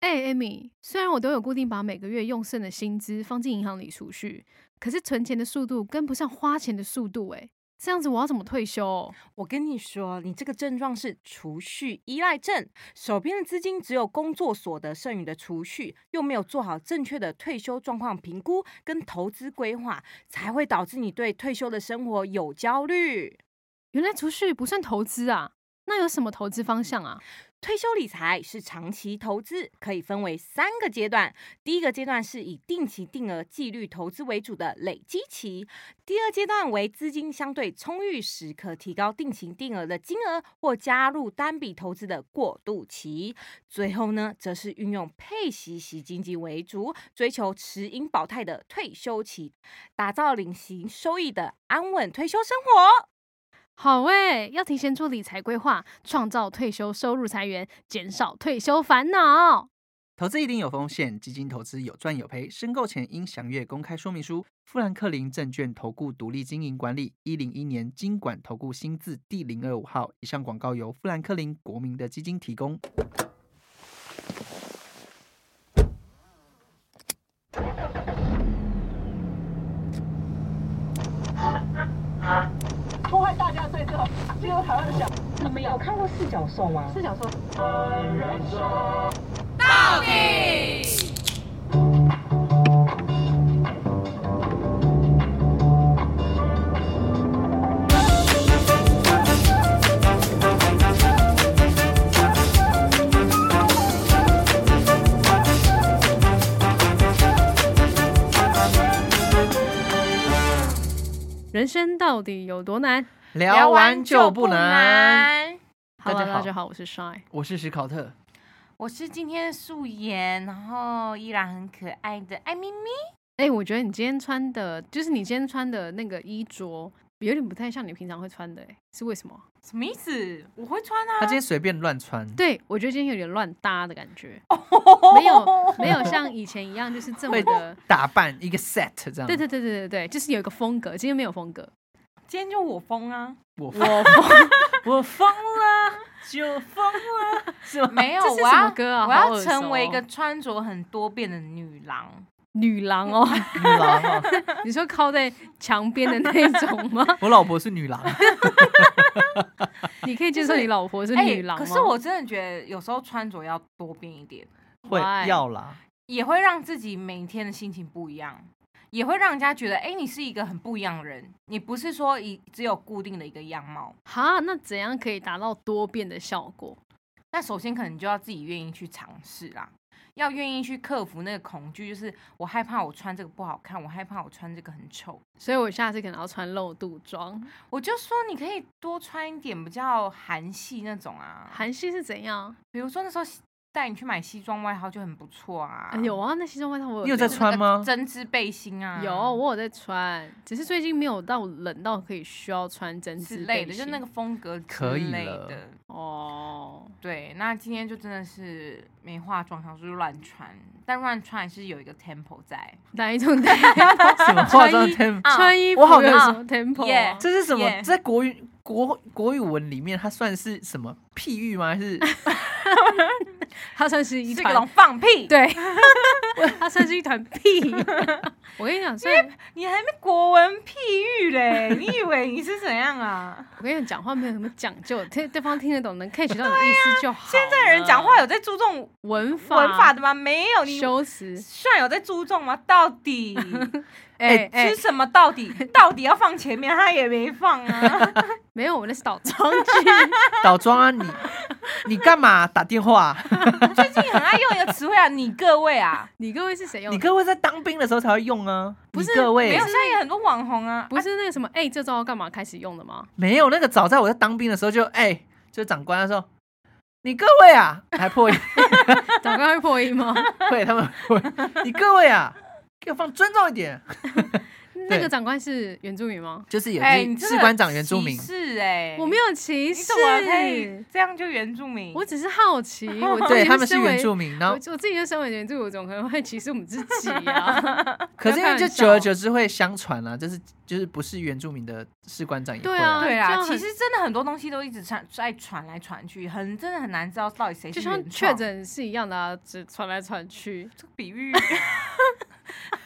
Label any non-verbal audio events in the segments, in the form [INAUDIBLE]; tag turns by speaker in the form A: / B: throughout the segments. A: 哎，Amy，虽然我都有固定把每个月用剩的薪资放进银行里储蓄，可是存钱的速度跟不上花钱的速度、哎，这样子我要怎么退休、哦
B: 我跟你说，你这个症状是储蓄依赖症，手边的资金只有工作所得剩余的储蓄，又没有做好正确的退休状况评估跟投资规划，才会导致你对退休的生活有焦虑。
A: 原来储蓄不算投资啊，那有什么投资方向啊？
B: 退休理财是长期投资，可以分为三个阶段。第一个阶段是以定期定额纪律投资为主的累积期，第二阶段为资金相对充裕时，可提高定期定额的金额或加入单笔投资的过渡期。最后呢，则是运用配息型经济为主，追求持盈保泰的退休期，打造领息收益的安稳退休生活。
A: 好诶、要提前做理财规划，创造退休收入来源，减少退休烦恼。
C: 投资一定有风险，基金投资有赚有赔，申购前应详阅公开说明书。富兰克林证券投顾独立经营管理，一零一年经管投顾新字第零二五号。以上广告由富兰克林国民的基金提供。
D: 破坏大家对这个这个台湾的想。你们有看过四角兽吗？四角兽。
A: 人生到底有多难？
C: 聊完就不难。。
A: 哈
C: 大
A: 喽，
C: 家好
A: 大家好，我是 Shy。
C: 我是史考特，
B: 我是今天的素颜，然后依然很可爱的艾咪咪。
A: 哎、我觉得你今天穿的，就是你今天穿的那个衣着，有点不太像你平常会穿的、哎，是为什么？
B: 什么意思？我会穿啊。 [LAUGHS]
C: 他今天随便乱穿，
A: 对，我觉得今天有点乱搭的感觉，
B: 哦
A: 没
B: [LAUGHS]
A: 有没有像以前一样，就是这么
C: 会
A: 的。
C: 打扮一个 set 这样。
A: 对对对对对对，就是有一个风格，今天没有风格。
B: 今天就我疯啊，
C: 我
A: 我
C: [LAUGHS]
B: 我疯了，就疯了，是吗？没有，
A: 这是
B: 我
A: 什么
B: 要
A: 歌啊好
B: 我要
A: 耳熟
B: 成为一
A: 哦
B: 个穿着很多变的女郎。
A: 女郎
B: [LAUGHS]
A: 哦，
C: 女郎啊，
A: 你说靠在墙边的那一种吗？ [LAUGHS]
C: 我老婆是女郎，
A: 你可以接受你老婆是
B: 哎
A: 女郎吗？
B: 可是我真的觉得有时候穿着要多变一点，
C: 会
A: Why？
C: 要啦。 [LAUGHS]
B: 也会让自己每天的心情不一样。也会让人家觉得，哎、你是一个很不一样的人，你不是说一只有固定的一个样貌。
A: 哈，那怎样可以达到多变的效果？
B: 那首先可能就要自己愿意去尝试啦，要愿意去克服那个恐惧，就是我害怕我穿这个不好看，我害怕我穿这个很丑。
A: 所以我下次可能要穿露肚装。
B: 我就说你可以多穿一点比较韩系那种啊，
A: 韩系是怎样？
B: 比如说那时候带你去买西装外套就很不错啊，
A: 啊有啊，那西装外套我
C: 你有在
A: 留
C: 穿吗？
B: 针织背心啊，
A: 有，我有在穿，只是最近没有到冷到可以需要穿针织
B: 之
A: 背
B: 类的，就
A: 心
B: 那个风格
C: 可以
B: 之类
C: 了
B: 的。
A: 哦。
B: 对，那今天就真的是没化妆，想说就乱穿，但乱穿还是有一个 tempo 在。
A: 哪一种 t
C: 什么化妆
A: 穿衣
C: temp？
B: 啊
A: 穿衣服
C: 我好
A: 有
C: 像
A: 什么 tempo？、啊
B: 耶
C: 这是什么？
B: Yeah
C: 在国语国国语文里面，它算是什么譬喻吗？还是
A: 它算是一
B: 是个
A: 团
B: 龙放屁，
A: 对，它算是一团屁。我跟你讲，虽然
B: 你还没国文譬喻
A: [LAUGHS]
B: 嘞，你以为你是怎样啊？
A: 我跟你讲话没有什么讲究，对对方听得懂，能 catch 到你的意思就好了。现
B: 那人讲话有在注重
A: 文法
B: 文法的吗？没有，你
A: 啊修辞，
B: 算有在注重吗？到底
A: 哎 [LAUGHS] 哎
B: 吃，什么？到
A: [LAUGHS]
B: 底到底要放前面，他也没放啊。
A: 没有，我那是倒装句。
C: 倒装
A: [LAUGHS]
C: 啊？你你干嘛打电话啊、
B: 最近很爱用一个词汇啊，你各位啊，
A: 你各位是谁用
C: 你
A: 的？
C: 各位在当兵的时候才会用啊？
A: 不是
C: 你各
B: 没
C: 位
B: 有，现在有很多网红啊，
A: 不是那个什么，哎，这招要干嘛开始用的吗？
C: 没有那个早在我在当兵的时候就哎、就长官他说你各位啊，还破音
A: 长官会破音吗？ [LAUGHS]
C: 会他们会你各位啊，给我放尊重一点。
A: 那个
C: 对
A: 长官是原住民吗？
C: [LAUGHS] 就是有
B: 哎，
C: 些
B: 你真
C: 士
B: 的
C: 官长原住民，
B: 是哎，
A: 我没有歧
B: 你
A: 视
B: 怎，么可以这样就原住民？
A: 我只是好
C: [LAUGHS]
A: 奇，我自己
C: 对
A: 就
C: 他们是
A: 身为
C: 原住民，然
A: 我
C: 后
A: 我自己就身为原住民，我怎么可能会歧视我们自己
C: [LAUGHS]
A: 啊？
C: 可是因为就
A: 开玩笑
C: 久而久之会相传啦、就是就是不是原住民的士官长也会、
A: 对啊
B: 对
A: 这
B: 啦，
A: 样
B: 其
A: 很
B: 实真的很多东西都一直传在传来传去，很真的很难知道到底谁是
A: 就
B: 原
A: 像
B: 创
A: 确诊是一样的、啊，只传来传去。
B: 这个比喻，那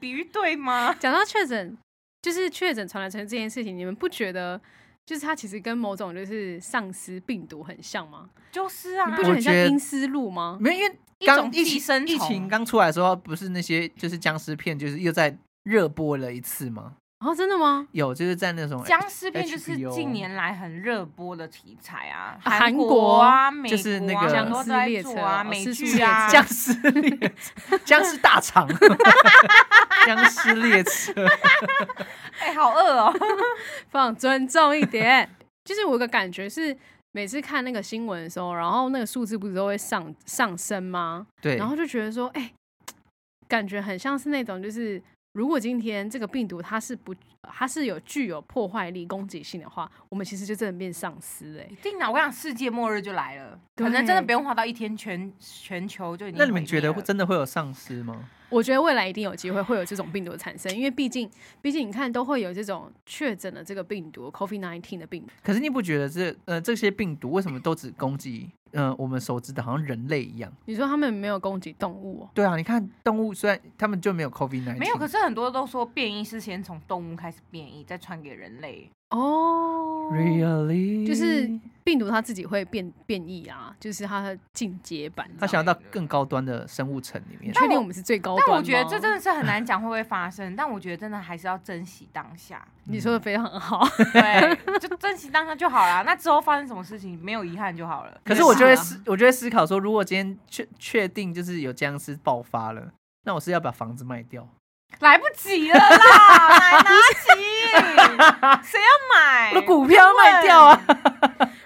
B: 比喻对吗？
A: 讲到确诊，就是确诊传来传去这件事情，你们不觉得就是它其实跟某种就是丧尸病毒很像吗？
B: 就是啊
A: 你，不觉得很像
C: 我觉得
A: 阴丝路吗？
C: 没有，因为
B: 一
C: 刚
B: 种
C: 疫
B: 寄
C: 情
B: 生
C: 疫
B: 虫
C: 情刚出来的时候，不是那些就是僵尸片，就是又在热播了一次吗？
A: 哦，真的吗？
C: 有，就是在那种 [LAUGHS]
B: 僵尸片就是
C: HBO
B: 近年来很热播的题材啊，
A: 啊
B: 韩
A: 韩
B: 国啊，美
C: 就是那
B: 国啊
C: 个
B: 很多都在做啊，
A: 僵尸
B: 美
A: 列车哦
B: 剧啊，
C: 僵尸列 [LAUGHS] 僵尸大厂， [LAUGHS] 僵尸列车，
B: 哎，好饿哦，
A: 放尊重一点。就是我有个感觉是，每次看那个新闻的时候，然后那个数字不是都会上上升吗？
C: 对，
A: 然后就觉得说，哎、感觉很像是那种，就是如果今天这个病毒它是不，它是有具有破坏力、攻击性的话，我们其实就真的变丧尸哎
B: [LAUGHS] 一。定啊的，我跟你讲，世界末日就来了，
A: 对
B: 可能真的不用花到一天，全全球就已经
C: 那你们觉得
B: 毁
C: 会
B: 灭了
C: 真的会有丧尸吗？
A: 我觉得未来一定有机会会有这种病毒的产生，因为毕竟，毕竟你看都会有这种确诊的这个病毒，COVID nineteen 的病毒。
C: 可是你不觉得这呃这些病毒为什么都只攻击呃我们熟知的，好像人类一样？
A: 你说他们没有攻击动物、哦，
C: 对啊，你看动物虽然他们就没有 COVID 1 9
B: 没有，可是很多都说变异是先从动物开始变异，再传给人类。
A: 哦
C: really
A: 就是病毒它自己会变变异啊，就是它的进阶版。
C: 他想要到更高端的生物层里
A: 你。
C: 面
A: 确
B: 但
A: 定
B: 我
A: 我们是最高端
B: 但
A: 吗？
B: 我觉得这真的是很难讲会不会发生，但我觉得真的还是要珍惜当下，
A: 你说的非常好。
B: [LAUGHS] 对，就珍惜当下就好啦。那之后发生什么事情，没有遗憾就好了。
C: 可是我就会
A: 啊
C: 思，我就会思考说，如果今天确确定就是有僵尸爆发了，那我是要把房子卖掉？
B: [LAUGHS] 来不及了啦，买哪
C: [LAUGHS]
B: 起？谁要买？
A: 哎
C: 我的股票卖掉啊！ [LAUGHS]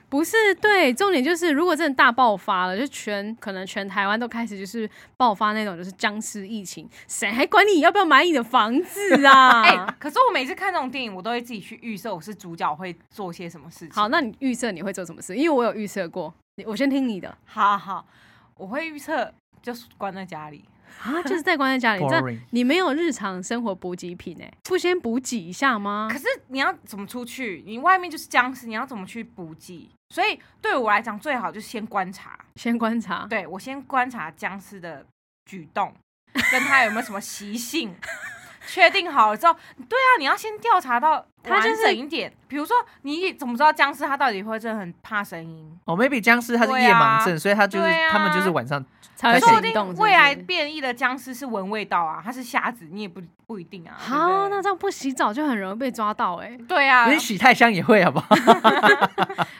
A: 不是对，重点就是，如果真的大爆发了，就全可能全台湾都开始就是爆发那种就是僵尸疫情，谁还管你要不要买你的房子啊？
B: [LAUGHS] 哎、可是我每次看这种电影，我都会自己去预设我是主角会做些什么事情。
A: 好，那你预测你会做什么事？因为我有预测过，你我先听你的
B: 好好，我会预测，就是关在家里。
A: 啊，就是在关在家里，
B: [LAUGHS]
A: 这
C: Boring
A: 你没有日常生活补给品哎、不先补给一下吗
B: 可？是你要怎么出去？你外面就是僵尸，你要怎么去补给？所以对我来讲，最好就是先观察，
A: 先观察，
B: 对我先观察僵尸的举动，跟他有没有什么习
A: [LAUGHS]
B: 性。确定好了之后，对啊，你要先调查到
A: 他
B: 完
A: 就是
B: 整一点。比如说，你怎么知道僵尸他到底会真的很怕声音？
C: 哦，maybe 僵尸它是
A: 啊
C: 夜盲症，所以它就是
B: 对啊
C: 他们就是晚上
A: 才会
B: 说不
A: 呃行
B: 定
A: 动是不是。
B: 未来变异的僵尸是闻味道啊，他是瞎子，你也不不一定啊。对不
A: 好，
B: 对
A: 那这样不洗澡就很容易被抓到哎、
B: 对啊，
C: 你洗太香也会好不好？ [LAUGHS]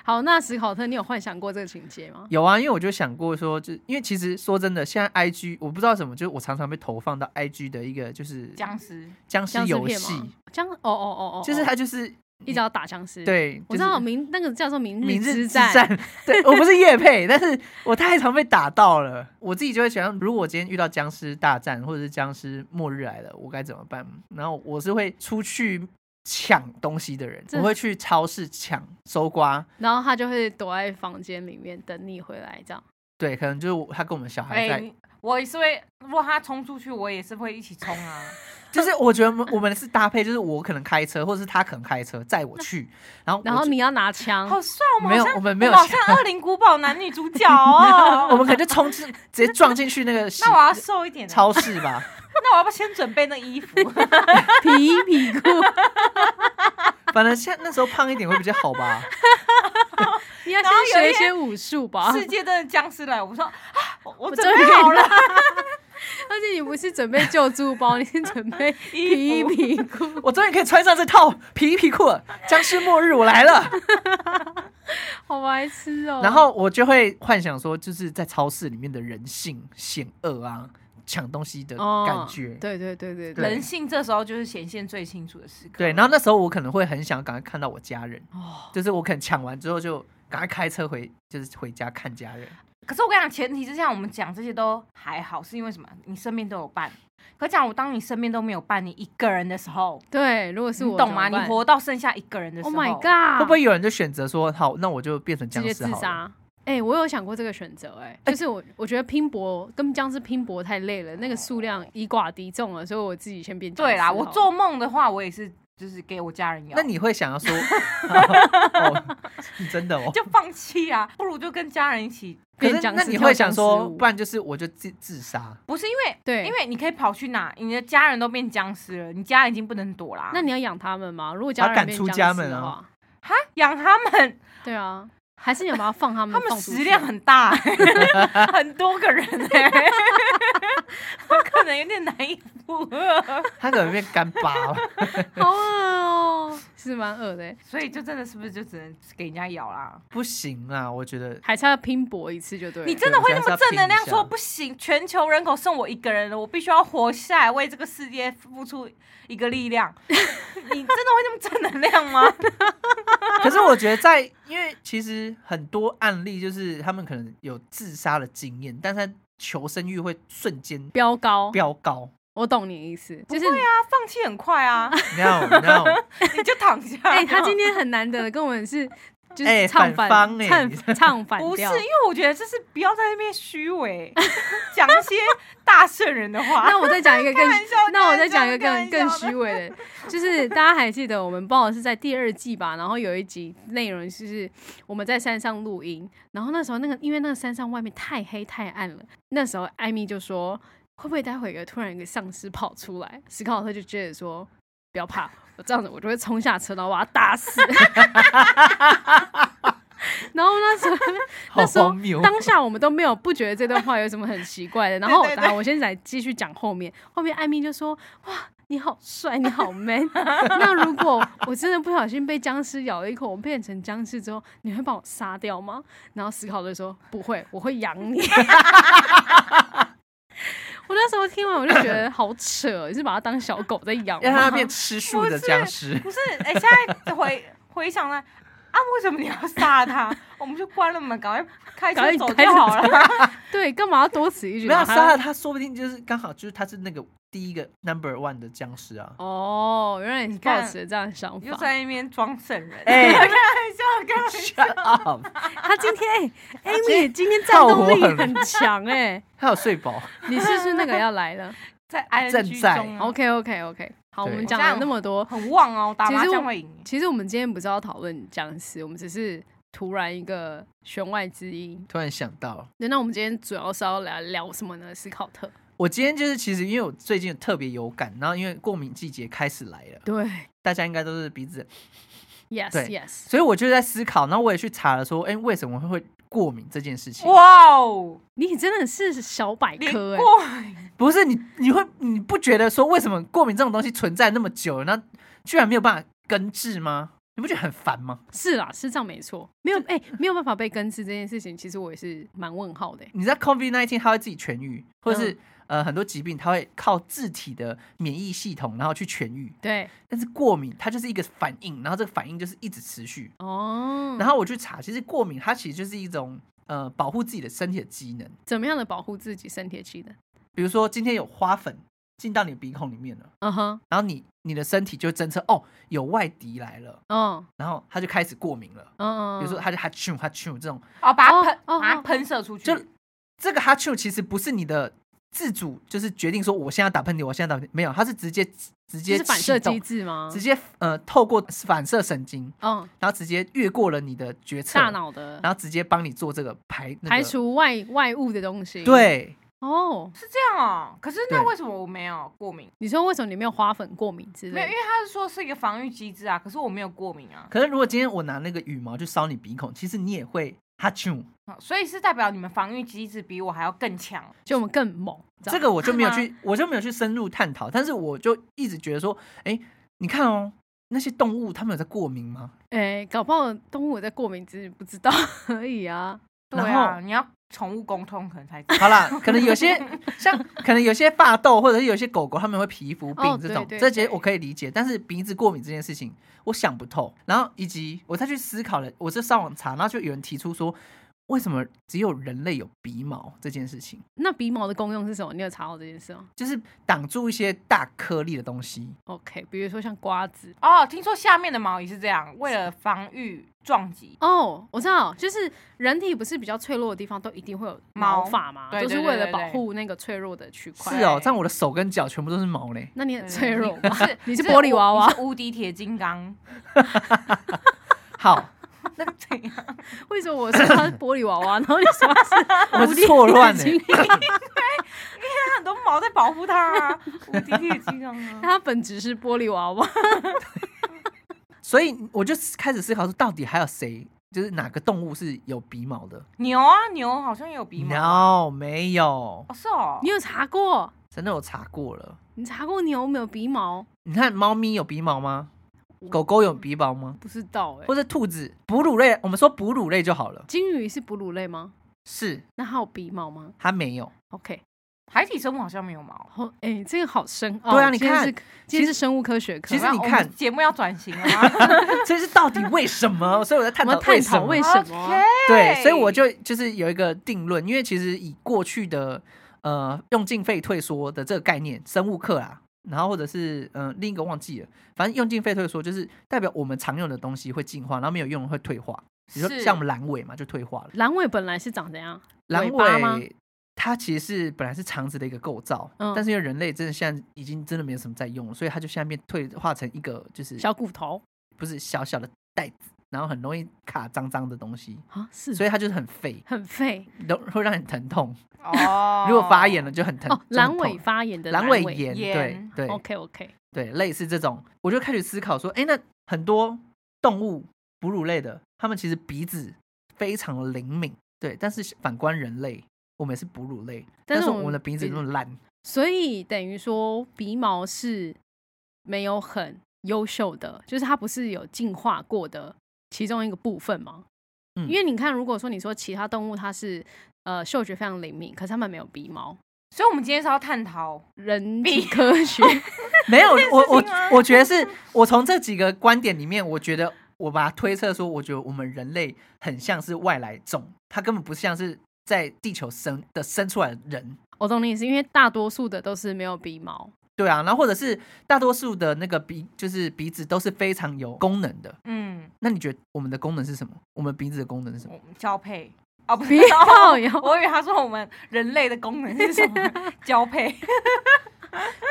A: 好，那史考特，你有幻想过这个情节吗？
C: 有啊，因为我就想过说，就因为其实说真的，现在 I G 我不知道什么，就是我常常被投放到 I G 的一个就是
B: [LAUGHS] 僵尸
C: 僵尸
A: 僵尸
C: 游
A: 片
C: 戏
A: 吗，？僵哦哦哦哦，
C: 就是
A: 哦
C: 它就是
A: 一直要打僵尸。，
C: 对，
A: 我
C: 就
A: 知
C: 是
A: 道明那个叫做明
C: 明
A: 之
C: 日之，战，对我不是叶配，但是我太常被打到了，我自己就会想，如果我今天遇到僵尸大战或者是僵尸末日来了，我该怎么办？然后我是会出去抢东西的人，
A: 这
C: 我会去超市抢搜刮，
A: 然后他就会躲在房间里面等你回来，这样。
C: 对，可能就是我他跟我们小孩
B: 哎、
C: 在，
B: 你我也是会，如果他冲出去，我也是会一起冲啊。
C: 就是我觉得我们我们是搭配，就是我可能开车，或者是他可能开车载我去，然后
A: 然
C: 我
A: 后
C: 就
A: 你要拿枪，
B: 好帅，我们
C: 没有
B: 好像
C: 我们没有
B: 好像《恶灵古堡》男女主角
A: [LAUGHS]
B: 哦。
C: 我们可能就冲进直接撞进去那个
B: 那我要瘦一点，
C: 超市吧。
B: 那我要不要先准备那衣 [LAUGHS] 服？
A: 皮衣皮裤，
C: 反正现在那时候胖一点会比较好吧？
A: 你要
B: 然后有
A: 先学
B: 一
A: 一
B: 天
A: 些武术吧。
B: 世界真的僵尸来，我说啊，我啊我
A: 我
B: 准备好了，
A: 而且你不是准备救助包，你是准备皮
B: 衣
A: 衣
B: 服
A: 皮裤，
C: 我终于可以穿上这套皮衣皮裤了，僵尸末日我
A: [LAUGHS]
C: 来了。
A: 好白痴哦。
C: 然后我就会幻想说，就是在超市里面的人性险恶啊，抢东西的
A: 哦
C: 感觉。
A: 对对对对
C: 对
B: 人性这时候就是显现最清楚的时刻。
C: 对，然后那时候我可能会很想赶快看到我家人，
A: 哦，啊
C: 就是我可能抢完之后就赶快开车回，就是回家看家人。
B: 可是我跟你讲，前提之下我们讲这些都还好，是因为什么？你身边都有伴。可讲我当你身边都没有伴，你一个人的时候，
A: 对，如果是
B: 你
A: 我
B: 懂吗？
A: 怎
B: 你
A: 么办
B: 活到剩下一个人的时
A: ，Oh
B: 候
A: my god，
C: 会不会有人就选择说，好，那我就变成
A: 直
C: 僵
A: 接
C: 尸
A: 自
C: 好了？
A: 杀？哎、我有想过这个选择，哎，就是我我觉得拼搏跟僵尸拼搏太累了，那个数量以寡敌众了，所以我自己先变僵尸
B: 对啦，
A: 好了。
B: 我做梦的话，我也是就是给我家人咬。
C: 那你会想
A: [LAUGHS]
C: 要说，哦，你真的哦？
B: 就放弃啊，不如就跟家人一起。
C: 可
A: 变
C: 是
A: 僵
C: 那
A: 尸，
C: 你
A: 跳
C: 会
A: 僵
C: 想
A: 尸
C: 说，
A: 舞
C: 不然就是我就自自杀。
B: 不是因为
A: 对，
B: 因为你可以跑去哪，你的家人都变僵尸了，你家人已经不能躲啦。
A: 那你要养他们吗？如果家
C: 把他
A: 人
C: 赶
A: 变
C: 出
A: 僵
C: 家
A: 尸
C: 门
A: 的
C: 啊
A: 话，
B: 哈养他们，
A: 对啊，还是你要把它放他们，
B: 他们
A: 嗯放出
B: 食
A: 去
B: 量很大、
A: [LAUGHS]
B: 很多个人哎、 [LAUGHS] 我可能有点难应付，
C: 他可能变干巴，
A: 好恶哦， [LAUGHS] 是蛮恶的欸，
B: 所以就真的是不是就只能给人家咬啦？
C: 不行啊！我觉得
A: 还是要拼搏一次就对了。
B: 你真的会那么正能量
C: 对我现在是要
B: 说
C: 拼一下
B: 不行？全球人口剩我一个人了，我必须要活下来，为这个世界付出一个力量。 [LAUGHS] 你真的会那么正能量吗？
C: 可是我觉得在，因为其实很多案例就是他们可能有自杀的经验，但是他求生欲会瞬间
A: 飙高，
C: 飙高。
A: 我懂你的意思， [LAUGHS] 就是
B: 他放弃很
A: [LAUGHS]
B: 快啊，
C: No No，
B: 你就躺下。
A: 哎、他今天很难得跟我们是就
C: 哎
A: 是唱反、
C: 反方哎
A: 唱唱反
B: 不是，因
A: 调，
B: 为我觉得这是不要在那边虚伪，讲一些大圣人的话。
A: 那我再讲一个更
B: 开玩笑，
A: 那我再讲一个
B: 开玩
A: 更更
B: 笑开玩笑的
A: 虚伪的，就是大家还记得我们不知道是在第二季吧，然后有一集内容就是我们在山上录音，然后那时候那个因为那个山上外面太黑太暗了，那时候艾米就说会不会待会有突然一个丧尸跑出来，史考特就接着说不要怕，我这样子我就会冲下车，然后把他打死。 [LAUGHS] 然后那时候，
C: 好
A: 那时候
C: 荒谬。
A: 当下我们都没有不觉得这段话有什么很奇怪
C: [LAUGHS]
A: 的。然后
B: 对对
A: 等下我先来继续讲后面，后面艾米就说：“哇，你好帅，你好
C: [LAUGHS]
A: man。那如果我真的不小心被僵尸咬了一口，我变成僵尸之后，你会把我杀掉吗？”然后思考就说：“不会，我会养你。” [LAUGHS] 我那时候听完我就觉得好扯，你是把它当小狗在养
C: 让
A: 吗 [LAUGHS]
C: 他？变吃素的僵尸，
B: 不是，哎、现在回回想呢，啊，为什么你要杀他？ [LAUGHS] 我们就关了门，赶快开
A: 赶
B: 车
A: 快
B: 走
A: 开
B: 就
A: 车
B: 好了。
A: 对，干嘛要多此一举？
C: 没有
A: 把它
C: 杀了他，说不定就是刚好就是他是那个第一个 number one 的僵尸啊。
A: 哦，原来你是
B: 看
A: 抱持着这样的想
B: 又
A: 法。
B: 在那边装圣人，
C: 哎
B: 开玩笑，开玩笑。
C: Shut [LAUGHS] up！
A: 他今
C: [LAUGHS]
A: 天哎，Amy 今天战斗力
C: 炮火
A: 很
C: 很
A: 强 [LAUGHS] 哎、
C: 他有睡饱，
A: 你是不是那个要来 [LAUGHS] 了
B: 在 ing
C: 正在
B: 中啊
A: ？OK OK OK，好，我
C: 对
A: 们讲了那么多，
B: 很旺哦，打
A: 其
B: 麻
A: 实我
B: 将会赢。
A: 其实我们今天不是要讨论僵尸，我们只是突然一个弦外之音。
C: 突然想到，
A: 对，那我们今天主要是要来聊什么呢？斯考特。
C: 我今天就是其实因为我最近特别有感，然后因为过敏季节开始来了，
A: 对
C: 大家应该都是鼻子
A: ，Yes
C: 对
A: Yes，
C: 所以我就在思考，然后我也去查了说，哎、为什么会过敏这件事情？
B: 哇哦，
A: 你真的是小百
B: 连
A: 科哎、
B: 过
C: 不是你，你会你不觉得说为什么过敏这种东西存在那么久，那居然没有办法根治吗？你不觉得很烦吗？
A: 是啦，是这样没错，没有哎、没有办法被根治这件事情，其实我也是蛮问号的、哎
C: 你知道 COVID nineteen 它会自己痊愈，或者是、
A: 嗯
C: 呃很多疾病它会靠自体的免疫系统然后去痊愈，
A: 对，
C: 但是过敏它就是一个反应，然后这个反应就是一直持续。
A: 哦，
C: 然后我去查，其实过敏它其实就是一种呃保护自己的身体的机能，
A: 怎么样的保护自己身体的机能？
C: 比如说今天有花粉进到你的鼻孔里面了。
A: 嗯哼，
C: 然后你你的身体就会侦测哦有外敌来了，
A: 嗯
C: 然后它就开始过敏了。
A: 嗯，
C: 比如说它就哈啾哈啾这种，
B: 哦，把它
A: 哦
B: 喷，
A: 哦
B: 把它
A: 哦
B: 喷射出去，
C: 就这个哈啾其实不是你的自主，就是决定说我现在要打喷嚏，我现在打喷嚏没有，它是直接直
A: 就
C: 接
A: 是反射
C: 启动
A: 机，制吗？
C: 直接呃透过反射神经，
A: 嗯，
C: 然后直接越过了你的决策
A: 大，脑的
C: 然后直接帮你做这个排、那个
A: 排。除外外物的东西。，
C: 对，
A: 哦，
B: 是这样哦。可是那
C: 对
B: 为什么我没有过敏？
A: 你说为什么你没有花粉过敏之
B: 没有，
A: 类的
B: 因为？他是说是一个防御机制啊，可是我没有过敏啊，
C: 可是如果今天我拿那个羽毛去烧你鼻孔，其实你也会哈啾。
B: 哦所以是代表你们防御机制比我还要更强。
A: 就我们更猛，知道
C: 这个我就没有
B: 是吗
C: 去，我就没有去深入探讨，但是我就一直觉得说，哎，你看哦，那些动物它们有在过敏吗？
A: [LAUGHS] 哎，搞不好动物有在过敏，只是不知道而已啊。
B: 对
C: 然
B: 啊，
C: 后
B: 你要宠物沟通可能才知道。
C: 好啦，可能
A: [LAUGHS]
C: 有些像，可能有些发痘，或者是有些狗狗它们会皮肤
A: 哦
C: 病这种，
A: 对对
C: 这些
A: 对
C: 我可以理解，但是鼻子过敏这件事情，我想不透。然后以及我再去思考了，我就上网查，然后就有人提出说，为什么只有人类有鼻毛这件事情，
A: 那鼻毛的功用是什么？你有查到这件事吗
C: 就是挡住一些大颗粒的东西。
A: ？OK，比如说像瓜子。
B: 哦，听说下面的毛也是这样，为了防御撞击。
A: 哦，我知道，就是人体不是比较脆弱的地方都一定会有
B: 毛
A: 毛发嘛，
B: 对
A: 都是为
B: 对对
A: 了
B: 对
A: 保
B: 对
A: 护那个脆弱的区块。
C: 是哦，这样我的手跟脚全部都是毛嘞。
A: 那你很
B: 对
A: 脆弱
B: 嗯 [LAUGHS] 你
A: 吧？
C: 嗯 [LAUGHS]
B: 是
A: [LAUGHS] 你是玻璃娃娃
B: 你是无敌铁金刚，
C: 好，
B: [LAUGHS] 那怎样？
A: 为什么我说它是玻璃娃娃，然后你说它是
C: [LAUGHS] 我是错乱欸
A: 无敌
C: 嘞
A: 铁。金刚
B: 它很多毛在保护它啊，无敌铁金刚 [LAUGHS] 啊。
A: 它本质是玻璃娃娃。 [LAUGHS]
C: 所以我就开始思考说，到底还有谁，就是哪个动物是有鼻毛的
B: 牛啊，牛好像也有鼻毛。
C: ？No，没有，
B: 哦，是哦
A: 你。有查过？
C: 真的我查过了。
A: 你查过牛没有鼻毛？
C: 你看，猫咪有鼻毛吗？狗狗有鼻毛吗？
A: 不知道哎、
C: 或者兔子？哺乳类，我们说哺乳类就好了。
A: 金鱼是哺乳类吗？
C: 是，
A: 那它有鼻毛吗
C: 它没有。 [LAUGHS]
A: ？OK，
B: 海底生物好像没有毛。啊
A: 哦，哎、这个好深奥。
C: 对啊你
A: 今天
C: 看
A: 是今
C: 其
A: 天
C: 实
A: 是生物科学课，
C: 其实
B: 怎么
C: 你
B: 样
C: 看
B: 我们节目要转型了 [LAUGHS] 吗？
C: 这是到底为什么？所以我在探
A: 我
C: 讨
A: 们探讨
C: 为
A: 为
C: 什么。
A: 什么啊
C: [LAUGHS]
B: OK
C: 对，所以我就就是有一个定论，因为其实以过去的呃用进废退缩的这个概念，生物课啊，然后或者是嗯、呃另一个忘记了，反正用进废退缩就是代表我们常用的东西会进化，然后没有用的会退化。比如说
B: 是
C: 像我们阑尾嘛，就退化了。
A: 阑尾本来是长怎样？
C: 阑
A: 尾巴吗
C: 尾它其实是本来是肠子的一个构造，
A: 嗯
C: 但是因为人类真的现在已经真的没有什么在用，所以它就现在变退化成一个就是
A: 小骨头
C: 不是小小的袋子，然后很容易卡脏脏的东西，
A: 啊，是
C: 所以它就是很废，
A: 很废
C: 都会让你疼痛。
B: 哦，
C: [LAUGHS] 如果发炎了就很疼。
A: 哦。
C: 就很
A: 阑
C: 痛
A: 尾发炎的
C: 阑
A: 尾哦
C: 尾炎，对
B: 炎
C: 对
A: OK OK，
C: 对，类似这种，我就开始思考说，哎，那很多动物哺乳类的，它们其实鼻子非常的灵敏，对，但是反观人类，我们也是哺乳类，
A: 但
C: 但
A: 是
C: 是
A: 我
C: 我们
A: 们
C: 的鼻子
A: 鼻
C: 那么烂，
A: 所以等于说鼻毛是没有很优秀的，就是它不是有进化过的其中一个部分吗？
C: 嗯
A: 因为你看，如果说你说其他动物它是呃嗅觉非常灵敏，可是它们没有鼻毛，
B: [LAUGHS] 所以我们今天是要探讨
A: 人
B: 鼻
A: 体科学
C: 没有，我我
A: 啊
B: 事情吗
C: 我觉得是我从这几个观点里面，我觉得我把它推测说，我觉得我们人类很像是外来种，它根本不像是在地球生的生出来的人。
A: [LAUGHS] 我懂你意思，因为大多数的都是没有鼻毛，
C: 对啊，然后或者是大多数的那个鼻，就是鼻子都是非常有功能的。
B: 嗯，
C: 那你觉得我们的功能是什么？我们鼻子的功能是什么？
B: 我们交配哦，不是
A: 鼻毛有
B: 我以为他说我们人类的功能是什 [LAUGHS] 么？交配。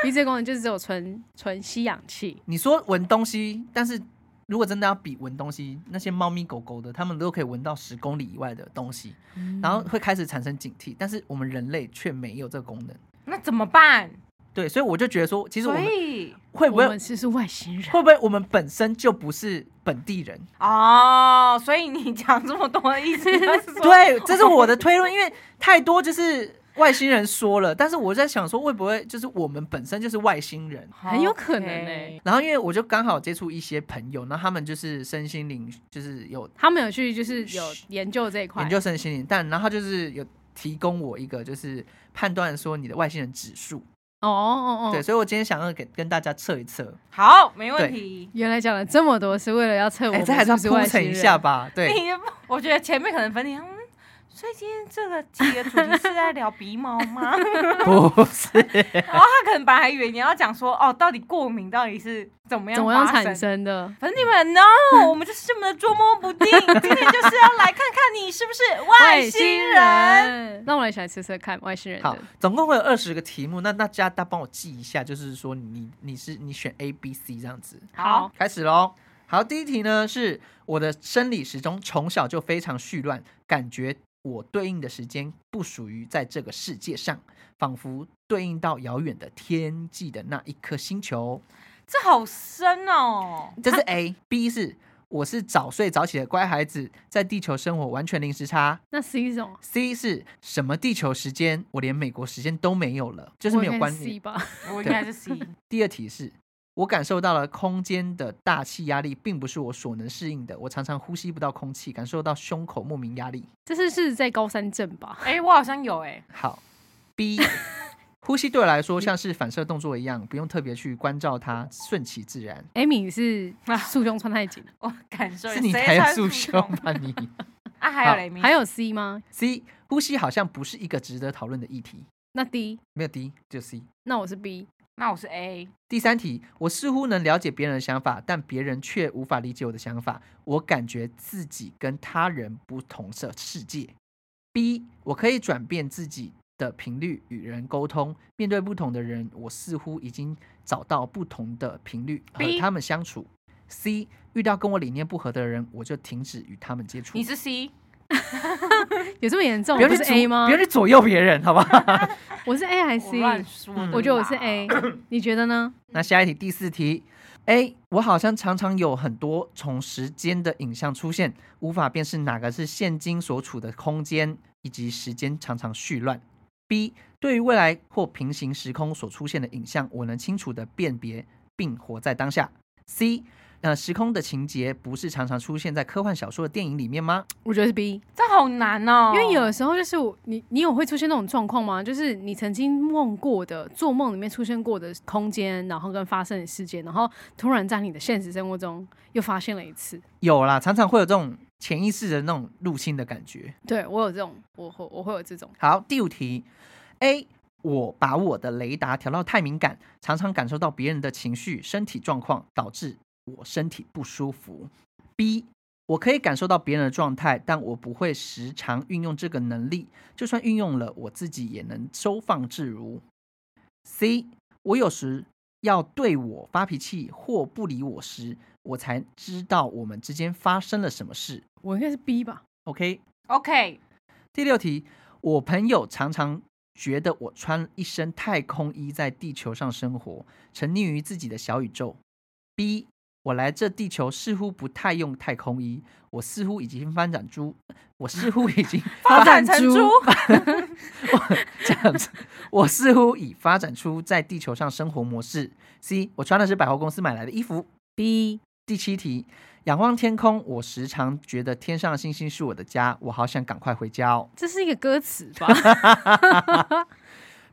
A: 鼻子的功能就是只有纯纯吸氧气。
C: 你说闻东西，但是如果真的要比闻东西，那些猫咪狗狗的，它们都可以闻到十公里以外的东西，然后会开始产生警惕。但是我们人类却没有这个功能。
B: 那怎么办？
C: 对，所以我就觉得说，其实我
B: 所
C: 们
B: 以
C: 会不
A: 我
C: 会
A: 们是是外星人，
C: 会不会我们本身就不是本地人？
B: 哦，所以你讲这么多的意思就
A: [LAUGHS]
B: 是说，
C: [LAUGHS] 对，这是我的推论，因为太多就是外星人说了，但是我在想说，会不会就是我们本身就是外星人？
A: 很有可能欸
B: OK
C: 然后因为我就刚好接触一些朋友，那他们就是身心灵，就是有
A: 他们有去就是有研究这一块
C: 研，究身心灵，但然后他就是有提供我一个就是判断说你的外星人指数。
A: 哦哦哦
C: 对，，所以我今天想要给跟大家测一测，
A: 欸
B: 好，没问题。
A: 原来讲了这么多是为了要测我
C: 哎，
A: 们
C: 这还是要
A: 是
C: 铺
A: 外
C: 陈
A: 星
C: 一
A: 人
C: 下吧。对，
B: [LAUGHS]
C: [LAUGHS]
B: 你我觉得前面可能分你，嗯，所以今天这个集的主题是在聊鼻毛吗？ [LAUGHS]
C: 不是。
B: 然后他可能本来还以为你要讲说，哦，到底过敏到底是怎么样
A: 怎么样
B: 发
A: 产生的？
B: 反正你们 no，我们就是这么的捉摸不定。今天就是要来看看你是不
A: [LAUGHS]
B: 是外星人。
A: 人，那我来想测测看外星人
C: 好
A: 的。，
C: 总共会有二十个题目，那大家大帮我记一下，就是说你你是你选 A B C 这样子，
A: 好，
C: 开始喽。好，第一题呢是我的生理时钟从小就非常絮乱，感觉我对应的时间不属于在这个世界上，仿佛对应到遥远的天际的那一颗星球。
B: 这好深哦。
C: 这是 A，B 是我是早睡早起的乖孩子，在地球生活完全零时差。
A: 那 C 是什么？
C: C 是什么地球时间？我连美国时间都没有了，就是没有关
A: 系
C: 系。
A: 吧？ [LAUGHS]
B: 我应该是 C。
C: 第二题是我感受到了空间的大气压力，并不是我所能适应的。我常常呼吸不到空气，感受到胸口莫名压力。
A: 这是是在高山症吧？
B: 哎、我好像有哎、
C: 好，B，呼吸对我来说像是反射动作一样，不用特别去关照它，顺其自然。
B: 啊
A: 艾米是束胸穿太紧，
B: 我感受
C: 是你
B: 谁
C: 才有
B: 穿
C: 束
B: 束
C: 胸
B: 胸
C: 吧你？
B: 啊，还有
C: 好
B: 雷明，
A: 还有 C 吗？
C: C，呼吸好像不是一个值得讨论的议题，
A: 那 D，
C: 没有 D 就 C。
A: 那我是 B。
B: 那我
A: [LAUGHS]
B: 是 A，
C: 第三题，我似乎能了解别人的想法，但别人却无法理解我的想法。我感觉自己跟他人不同的世界。B，我可以转变自己的频率与人沟通。面对不同的人，我似乎已经找到不同的频率和
B: B
C: 他们相处。C，遇到跟我理念不合的人，我就停止与他们接触。
B: 你是 C，
A: 有这么严重？
C: 不要
A: 不
C: 去
A: 是
C: 左
A: A 吗
C: 不？要去左右别人，好吧？
A: 我是 A 还是
B: 我
A: C？
B: 乱说的啦，
A: 我觉得我是 A，你觉得呢？
C: 那下一题第四题，A，我好像常常有很多从时间的影像出现，无法辨识哪个是现今所处的空间，以及时间常常絮乱。B，对于未来或平行时空所出现的影像，我能清楚的辨别并活在当下。C，呃，时空的情节不是常常出现在科幻小说的电影里面吗？
A: 我觉得是 B，
B: 这好难哦，
A: 因为有时候就是我你你有会出现那种状况吗？就是你曾经梦过的、做梦里面出现过的空间，然后跟发生的事件，然后突然在你的现实生活中又发现了一次。
C: 有啦，常常会有这种潜意识的那种入侵的感觉。
A: 对我有这种，我会我会有这种。
C: 好，第五题，A，我把我的雷达调到太敏感，常常感受到别人的情绪、身体状况，导致我身体不舒服。B，我可以感受到别人的状态，但我不会时常运用这个能力，就算运用了，我自己也能收放自如。C，我有时要对我发脾气或不理我时，我才知道我们之间发生了什么事。
A: 我应该是 B 吧？
C: OK，
B: OK，
C: 第六题，我朋友常常觉得我穿一身太空衣在地球上生活，沉溺于自己的小宇宙。B，我来这地球似乎不太用太空衣，我似乎已经发展出，我似乎已经
B: [LAUGHS] 发
A: 发
B: 展
A: 展
B: 成
A: 猪
B: 猪，
A: [LAUGHS]
C: 我 [LAUGHS] 这样子，我似乎已发展出在地球上生活模式。C，我穿的是百货公司买来的衣服。
A: B
C: 第七题，仰望天空，我时常觉得天上的星星是我的家，我好想赶快回家哦。
A: 这是一个歌词吧？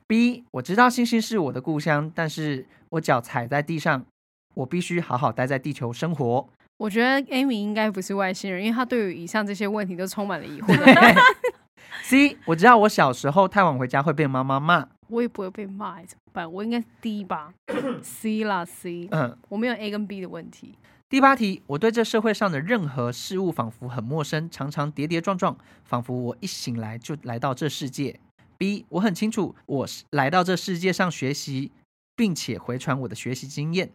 C: B，我知道星星是我的故乡，但是我脚踩在地上，我必须好好待在地球生活。 [LAUGHS]
A: 我觉得 Amy 应该不是外星人，因为她对于以上这些问题都充满了疑惑。
C: C，我知道我小时候太晚回家会被妈妈骂。
A: [LAUGHS] 我也不会被骂，怎么办？我应该是 D
B: [LAUGHS]
A: 吧？C 啦 C，
C: 嗯，
A: 我没有 A 跟 B 的问题。
C: 第八题，我对这社会上的任何事物仿佛很陌生，常常跌跌撞撞，仿佛我一醒来就来到这世界。B，我很清楚我是来到这世界上学习，并且回传我的学习经验。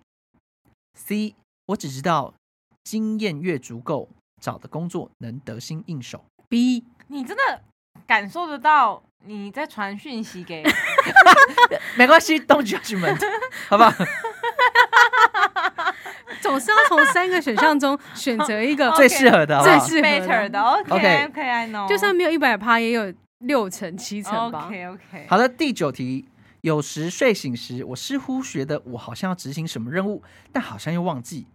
C: C，我只知道经验越足够，找的工作能得心应手。
A: B
B: 你真的感受得到你在传讯
A: [LAUGHS]
B: 息给
C: 没关系，Don't judgment，好 [LAUGHS] 不好？
A: 总是要从三个选项
B: [LAUGHS]
A: 中选择一个
B: OK
C: 最适合的，好不
A: 最
C: 好？
A: 适合
B: better
A: 的，
B: 的，OK
C: OK
B: OK I know，
A: 就算没有一百趴，也有六成七成吧。
B: OK OK，
C: 好的，第九题。有时睡醒时，我似乎觉得我好像要执行什么任务，但好像又忘记，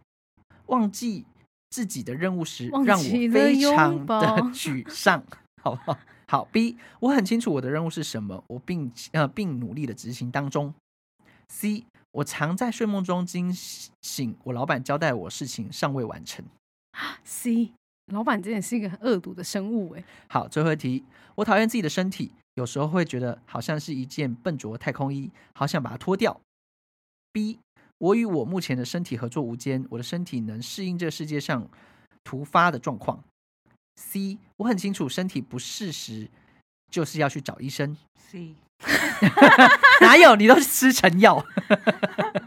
C: 忘记自己的任务时，
A: 忘记
C: 让我非
A: 了拥
C: 常的
A: 抱
C: 沮丧， [LAUGHS] 好不好？好，B，我很清楚我的任务是什么，我并呃并努力的执行当中。C，我常在睡梦中惊醒，我老板交代我事情尚未完成。
A: C 老板真的是一个很恶毒的生物哎、
C: 好，最后一题，我讨厌自己的身体，有时候会觉得好像是一件笨拙太空衣，好想把它脱掉。B，我与我目前的身体合作无间，我的身体能适应这个世界上突发的状况。C，我很清楚身体不适时，就是要去找医生。
B: C
C: 哪有你都是吃成药？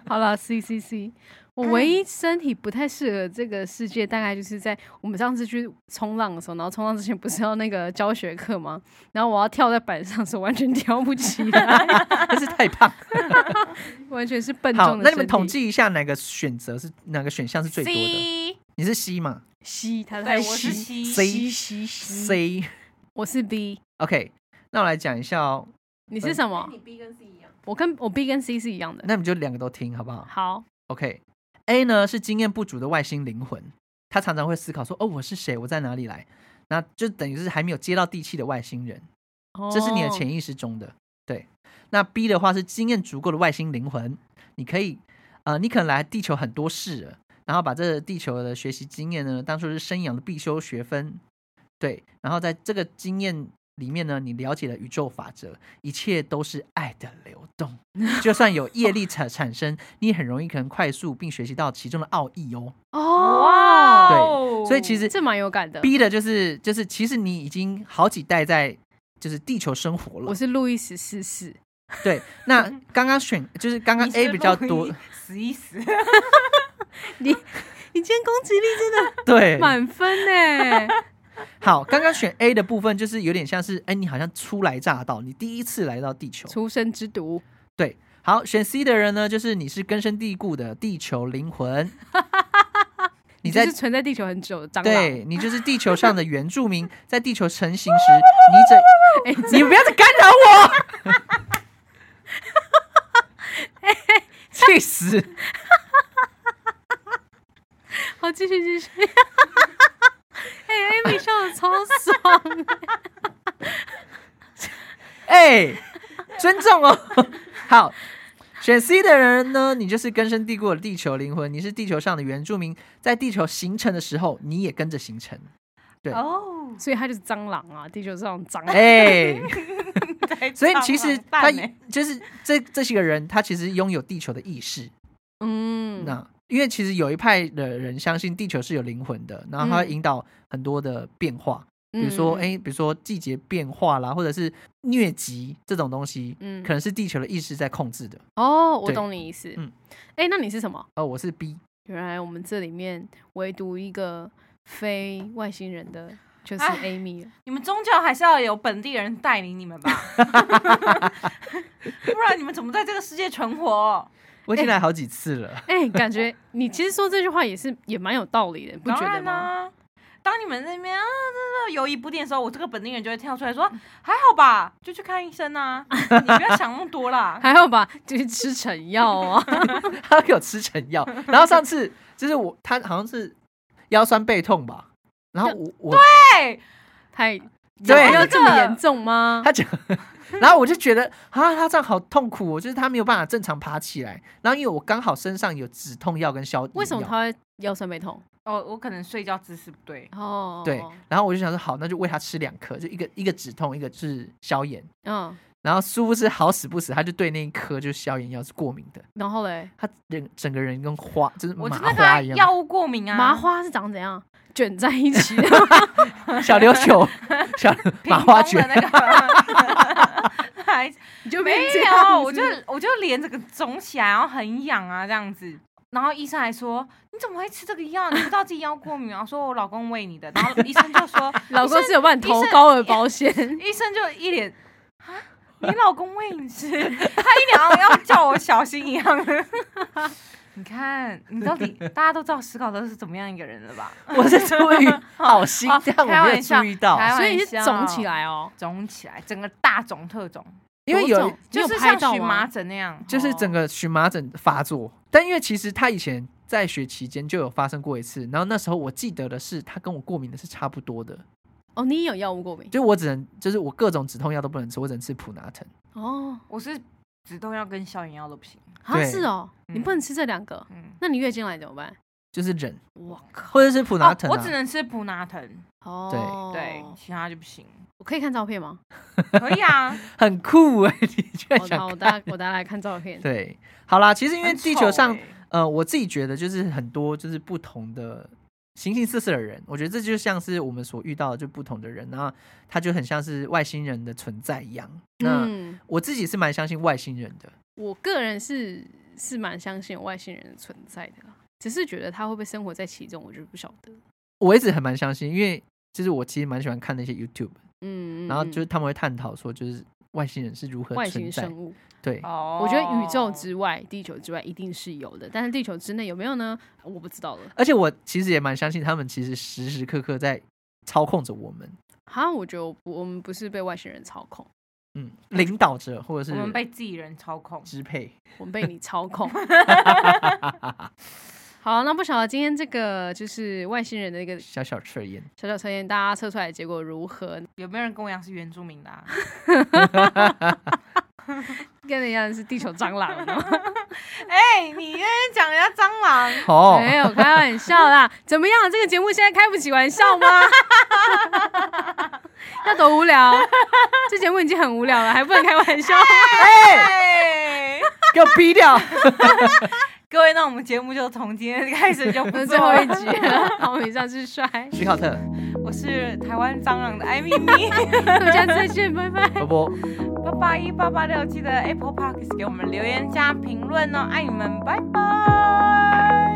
A: 好了，C C C，我
C: 嗯
A: 唯一身体不太适合这个世界，大概就是在我们上次去冲浪的时候，然后冲浪之前不是要那个教学课吗？然后我要跳在板上的时候，完全跳不起来，
C: 但是太胖。
A: 完全是笨
C: 好，
A: 重的身体。
C: 那你们统计一下哪个选择是哪个选项是最多的？
B: C，
C: 你是 C 嘛
A: C，他
B: 对，
A: 在
B: 我是 C，
C: C
A: 吸吸吸
C: ？C。
A: 我是 B，
C: OK，那我来讲一下哦。
A: 你是什么？
E: 你 B 跟 C 一样，
A: 我跟我 B 跟 C 是一样的。
C: 那你们就两个都听好不好？
A: 好，
C: OK，A 呢是经验不足的外星灵魂，他常常会思考说：“哦，我是谁？我在哪里来？”那就等于是还没有接到地气的外星人，这是你的
A: 哦
C: 潜意识中的。对，那 B 的话是经验足够的外星灵魂，你可以，呃，你可能来地球很多事了，然后把这地球的学习经验呢当做是生涯的必修学分，对，然后在这个经验里面呢，你了解了宇宙法则，一切都是爱的流
A: [LAUGHS]
C: 动。就算有业力产产生，你也很容易可能快速并学习到其中的奥义哦。
A: 哦，
C: 对所以其实
A: 这蛮有感的。
C: 逼的就是就是，其实你已经好几代在就是地球生活
A: 我
C: 了。
A: 是路易十四
C: [LAUGHS]
A: 世，
C: 对，那刚刚选就是刚刚
B: 你
C: A
B: 是
C: 比较
B: 不是
C: 多，
B: [LAUGHS] 死一死。
A: 你你今天攻击力真
C: 对
A: 的，满分
C: [LAUGHS]
A: 呢。
C: 好，刚刚选 A 的部分就是有点像是，哎，你好像初来乍到，你第一次来到地球。
A: 出生之毒，
C: 对，好，选 C 的人呢，就是你是根深蒂固的地球灵魂，你
A: 就
C: 在
A: 是存在地球很久的蟑螂。
C: 对你就是地球上的原住民，在地球成型时，
A: 哎，
C: 你这你不要再干扰我， [LAUGHS] 气死！
A: 好，继续继 [LAUGHS] 续。哎，Amy 笑的超爽 [LAUGHS] 的，
C: 哎、尊重哦。 [LAUGHS] 好，选 C 的人呢，你就是根深蒂固的地球灵魂，你是地球上的原住民，在地球形成的时候，你也跟着形成。对
B: 哦，
A: 所以它就是蟑螂啊，地球上的蟑螂。
C: 哎、 [LAUGHS] 所以
B: 太
C: 其实
B: 棒了
C: 他 [LAUGHS]
B: 很棒欸
C: 就是这这些个人，他其实拥有地球的意识。
A: 嗯，
C: 那因为其实有一派的人相信地球是有灵魂的，然后他会
A: 嗯
C: 引导很多的变化，
A: 比
C: 比如说哎、，比如说季节变化啦，或者是疟疾这种东西，
A: 嗯
C: 可能是地球的意识在控制的。
A: 哦，我
C: 对
A: 懂你意思。
C: 嗯
A: 哎，那你是什么？
C: 哦，我是 B。
A: 原来我们这里面唯独一个非外星人的，就是
B: 哎
A: Amy 了。
B: 你们终究还是要有本地人带领你们吧，不然你们怎么在这个世界存活？
C: 我已经来好几次了，
A: 哎、感觉你其实说这句话也是也蛮有道理的，不觉
B: 当
A: 得
B: 然
A: 吗？
B: 啦、当你们那边啊，这这游移不定的时候，我这个本地人就会跳出来说：“还好吧，就去看医生啊，你不要想那么多啦。
A: [LAUGHS] 还好吧，就是吃成药
C: [LAUGHS]
A: 哦。
C: [LAUGHS] 他给我吃成 [LAUGHS] 药。然后上次就是我，他好像是腰酸背痛吧，然后我我”
B: 对，
A: 太
C: 对
A: 有要这么
B: 这个
A: 严重吗？
C: 他讲，然后我就觉得啊，他这样好痛苦、哦，就是他没有办法正常爬起来。然后因为我刚好身上有止痛药跟消炎
A: 为什么
C: 药
A: 他会腰酸背痛？
B: 哦，我可能睡觉姿势不对，
A: 哦，
C: 对，然后我就想说，好，那就喂他吃两颗，就一个一个止痛，一个是消炎。
A: 嗯，
C: 然后殊不知好死不死，他就对那一颗就是消炎药是过敏的，
A: 然后嘞，
C: 他整整个人跟花就是
B: 我
C: 麻
B: 真的
C: 花
B: 跟
C: 一
B: 药
C: 样，
B: 物过敏啊，
A: 麻花是长怎样？卷在一
B: [LAUGHS]
A: 起，
C: 小琉 [LAUGHS] 球小
B: 屏
C: 麻
B: 东
C: 花卷
B: 的，那个， [LAUGHS] 还
A: 你就变
B: 没
A: 这样子
B: 有，我就我就脸整个肿起来，然后很痒啊这样子。然后医生还说：“你怎么会吃这个药？你不知道自己腰过敏啊？”我说：“我老公喂你的。”然后医生就说 [LAUGHS]
A: 老公
B: 医生
A: 是有帮你
B: 医
A: 投
B: 生
A: 高额保险，
B: 医生就一脸啊，你老公喂你吃， [LAUGHS] 他一脸好像要叫我小心一样。 [LAUGHS] 你看，你
A: [LAUGHS]
B: 到底大家都知道史考特是怎么样一个人了吧？
C: 我是出于好
B: [LAUGHS]
C: 心，
B: 好
C: 但我
B: 哦开
C: 没有
B: 玩笑
C: 注意到，
A: [LAUGHS]
B: 开
A: 所以
B: 玩
A: 你是肿
B: 笑
A: 起来哦。
B: 肿起来，整个大肿特肿，
C: 因为
A: 多
C: 有
A: 肿你
B: 就
A: 有
B: 是
A: 拍
B: 像
A: 到
B: 荨麻
A: 吗？
B: 疹那样。哦
C: 就是整个荨麻疹发作，但因为其实他以前在学期间就有发生过一次，然后那时候我记得的是他跟我过敏的是差不多的，
A: 哦，你也有药物过敏
C: 就我只能就是我各种止痛药都不能吃，我只能吃普拿疼。
A: 哦？
B: 我是止痛药跟消炎药都不行。
A: 啊，
C: 对
A: 是哦，你
B: 嗯
A: 不能吃这两个，
B: 嗯，
A: 那你月经来怎么办？
C: 就是忍，
A: 我靠！
C: 或者是普拿疼、啊
B: 哦我只能吃普拿疼，
A: 哦，
B: 对，其他就不行。
A: 我可以看照片吗？
B: 可以啊，
C: 很酷哎、你居然
A: 我
C: 想
A: 拿我
C: 看
A: 大我大家来看照
B: [LAUGHS]
A: 片。
C: 对，好啦，其实 [LAUGHS] 因为
B: 很
C: 地球
B: 丑
C: 上，
B: 欸
C: 呃，我自己觉得就是很多就是不同的形形色色的人，我觉得这就像是我们所遇到的就不同的人，然后他就很像是外星人的存在一样。那、
A: 嗯，
C: 我自己是蛮相信外星人的，
A: 我个人是是蛮相信有外星人的存在的啦，只是觉得他会不会生活在其中，我就不晓得。
C: 我一直很蛮相信，因为就是我其实蛮喜欢看那些 YouTube，
A: 嗯，嗯
C: 然后就是
A: 嗯
C: 他们会探讨说就是外星人是如何
A: 外
C: 存
A: 星
C: 在
A: 生。物，
C: 对，
B: 哦
A: 我觉得宇宙之外、地球之外一定是有的，但是地球之内有没有呢？我不知道了。
C: 而且我其实也蛮相信他们其实时时刻刻在操控着我们，
A: 哈，我觉得我不我们不是被外星人操控，
C: 嗯，领导着或者
B: 我们
C: 是
B: 被自己人操控。
C: 支配。
A: 我们被你操控。 [LAUGHS] 好，那不晓得今天这个就是外星人的一个
C: 小小
A: [LAUGHS]
C: 测验，
A: 小小测验，大家测出来的结果如何？
C: [LAUGHS]
B: 有没有人跟我一样是原住民的、啊？
A: 跟人家是地球蟑螂，有没有 [LAUGHS]
B: 哎、你那边讲人家蟑螂，
C: 哦，
A: 没有开玩笑啦。怎么样？这个节目现在开不起玩笑吗？ [LAUGHS] 那多无聊！这节目已经很无聊了，还不能开玩笑吗？
C: 哎，
B: 哎、
C: 给我逼掉！
B: 各位，那我们节目就从今天开始就不
A: 那最
B: 做
A: 后一
B: 了
A: 集了，好，我们以上是帅， [LAUGHS]
C: 徐考特，
B: 我是台湾蟑螂的艾咪咪，
A: 我们下次再见，拜拜。
C: 波波，
B: 八八一八八六，记得 Apple Park 给我们留言加评论哦，爱你们，拜拜。